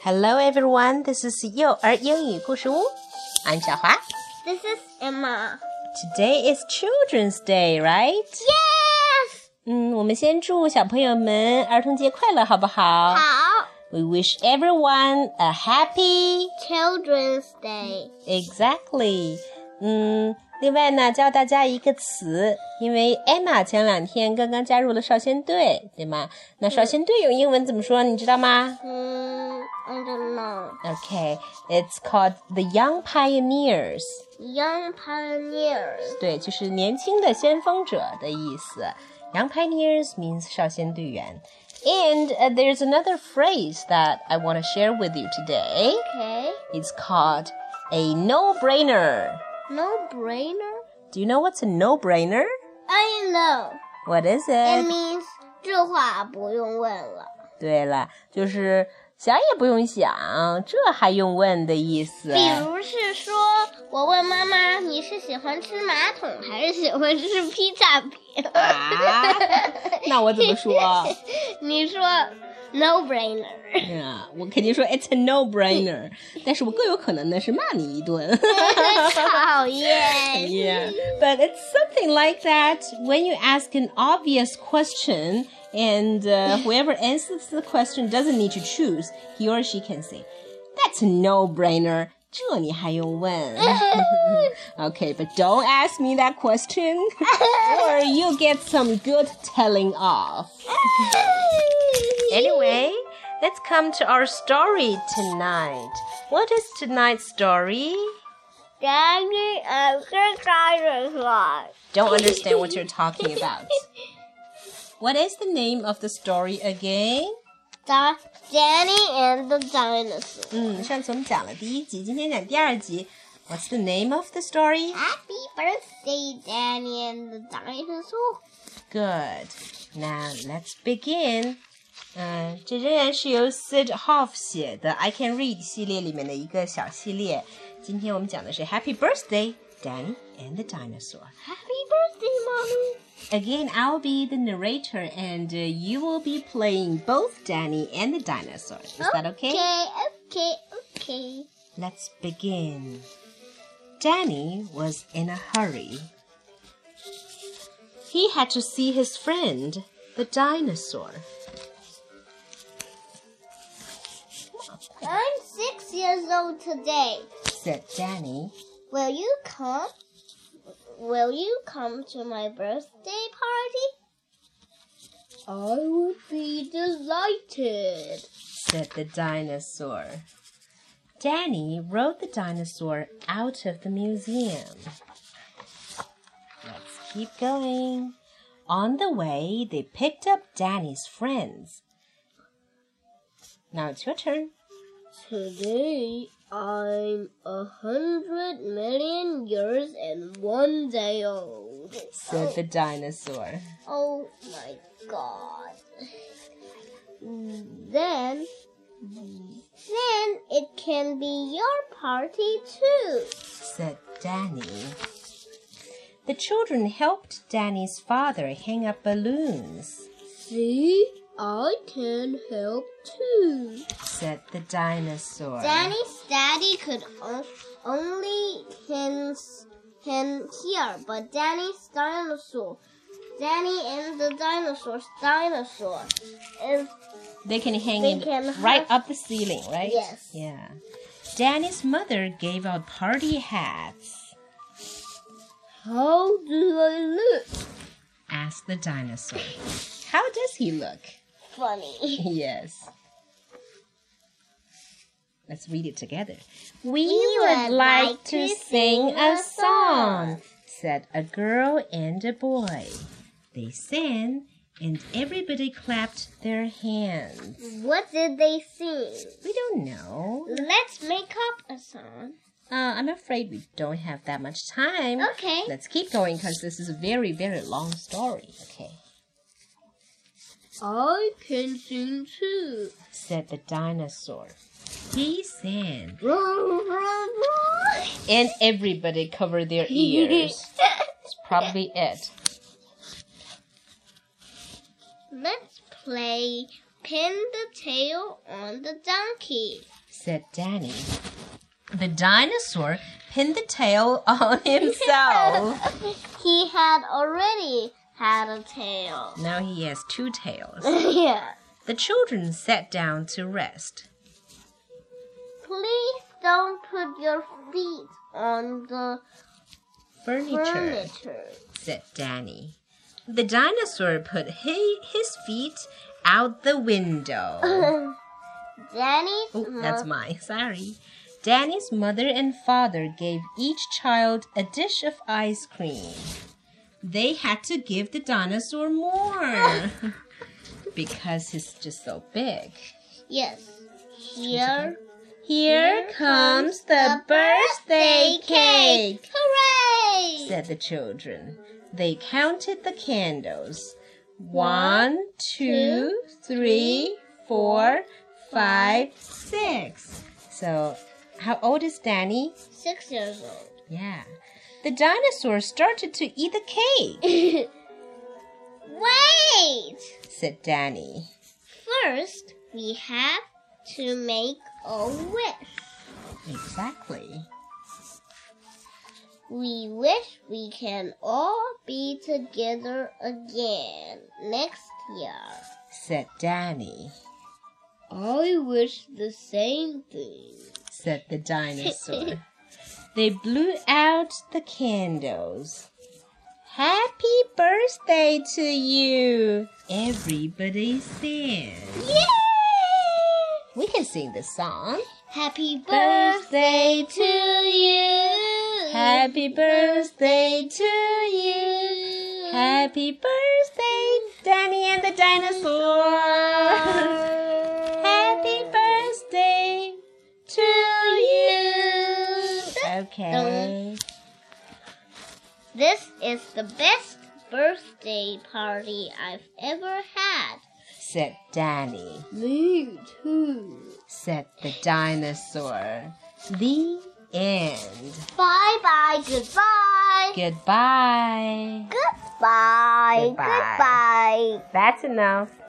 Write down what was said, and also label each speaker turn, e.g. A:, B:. A: Hello, everyone. This is uh, 幼儿英语故事屋。I'm 小华。
B: This is Emma.
A: Today is Children's Day, right?
B: Yes!
A: 嗯，我们先祝小朋友们儿童节快乐，好不好
B: 好
A: We wish everyone a happy.
B: Children's Day.
A: Exactly. 嗯，Mm, 另外呢，教大家一个词，因为 Emma 前两天刚刚加入了少先队，对吗？那少先队用英文怎么说？你知道吗
B: Hmm, I don't know.
A: ？Okay, it's called the Young Pioneers.
B: Young pioneers.
A: 对，就是年轻的先锋者的意思。Young pioneers means 少先队员。And、uh, there's another phrase that I want to share with you today.
B: Okay.
A: It's called a no-brainer.
B: No brainer.
A: Do you know what's a no-brainer?
B: I know.
A: What is
B: It
A: it?
B: means 这话不用问了。
A: 对了，就是想也不用想，这还用问的意思。
B: 比如是说，我问妈妈你是喜欢吃马桶还是喜欢吃披萨饼？
A: 啊，那我怎么说？
B: 你说 no brainer。
A: 啊，我肯定说 it's a no-brainer，但是我更有可能的是骂你一顿。
B: 讨厌。
A: Yeah, but it's something like that. When you ask an obvious question, and uh, whoever answers the question doesn't need to choose, he or she can say, "That's a no-brainer." 这你还用问 ？Okay, but don't ask me that question, or you get some good telling off. Anyway, let's come to our story tonight. What is tonight's story?
B: Daddy, I'm so tired.
A: Don't understand what you're talking about. What is the name of the story again?
B: The Danny and the dinosaur.
A: 嗯，Mm, 上次我们讲了第一集，今天讲第二集。What's the name of the story?
B: Happy birthday, Danny and the dinosaur.
A: Good. Now let's begin. 嗯，这仍然是由 Sid Hoff 写的《I Can Read》系列里面的一个小系列。今天我们讲的是 Happy Birthday, Danny and the Dinosaur.
B: Happy birthday, mommy.
A: Again, I'll be the narrator, and uh, you will be playing both Danny and the dinosaur. Is that
B: Okay, okay, okay.
A: Let's begin. Danny was in a hurry. He had to see his friend, the dinosaur.
B: I'm six years old today.
A: Said Danny,
B: Will you come? Will you come to my birthday party? I would be delighted.
A: said the dinosaur. Danny rode the dinosaur out of the museum. Let's keep going. On the way, they picked up Danny's friends. Now it's your turn.
B: Today I'm a hundred million years and one day old.
A: said the dinosaur.
B: Oh my god. Then, then it can be your party too.
A: said Danny. The children helped Danny's father hang up balloons,
B: See, I can help too.
A: said the dinosaur.
B: Danny's daddy could o- only can s- can hear, but Danny's dinosaur, Danny and the dinosaur's dinosaur, is
A: they can hang
B: They
A: it
B: can
A: right
B: have-
A: up the ceiling, right?
B: Yes.
A: Yeah. Danny's mother gave out party hats,
B: how do I look?
A: asked the dinosaur. How does he look?
B: Funny.
A: yes. Let's read it together. We,
B: would like to
A: sing
B: a song,"
A: said a girl and a boy. They sang, and everybody clapped their hands.
B: What did they sing?
A: We don't know.
B: Let's make up a song.
A: Uh, I'm afraid we don't have that much time.
B: Okay.
A: Let's keep going because this is a very, very long story. Okay.
B: I can sing too.
A: Said the dinosaur. He sang, and everybody covered their ears. Probably it.
B: Let's play pin the tail on the donkey.
A: said Danny. The dinosaur pinned the tail on himself.
B: he had already had a tail.
A: now he has two tails.
B: yeah.
A: The children sat down to rest.
B: Please don't put your feet on the
A: Furniture,
B: furniture.
A: said Danny. The dinosaur put hi- his feet out the window.
B: Danny's
A: Oh,
B: mo-
A: that's mine. Sorry. Danny's mother and father gave each child a dish of ice cream. They had to give the dinosaur more because he's just so big.
B: yes. Here
A: Here comes the birthday cake,
B: Hooray!
A: said the children. They counted the candles. One, two, three, four, five, six. So, how old is Danny?
B: Six years old.
A: Yeah. The dinosaur started to eat the cake,
B: Wait!
A: said Danny.
B: First, we have to make a wish.
A: Exactly.
B: We wish we can all be together again next year.
A: Said Danny,
B: I wish the same thing.
A: said the dinosaur. they blew out the candles. Happy birthday to you! Everybody sang.
B: Yay!
A: We can sing the song.
B: Happy birthday to you.
A: Happy birthday to
B: you.
A: Happy birthday, Danny and the dinosaur! Happy birthday to you. Okay.
B: This is the best birthday party I've ever had.
A: Said Danny.
B: Me too.
A: Said the dinosaur. The end.
B: Bye bye, goodbye.
A: Goodbye.
B: Goodbye.
A: Goodbye. That's enough.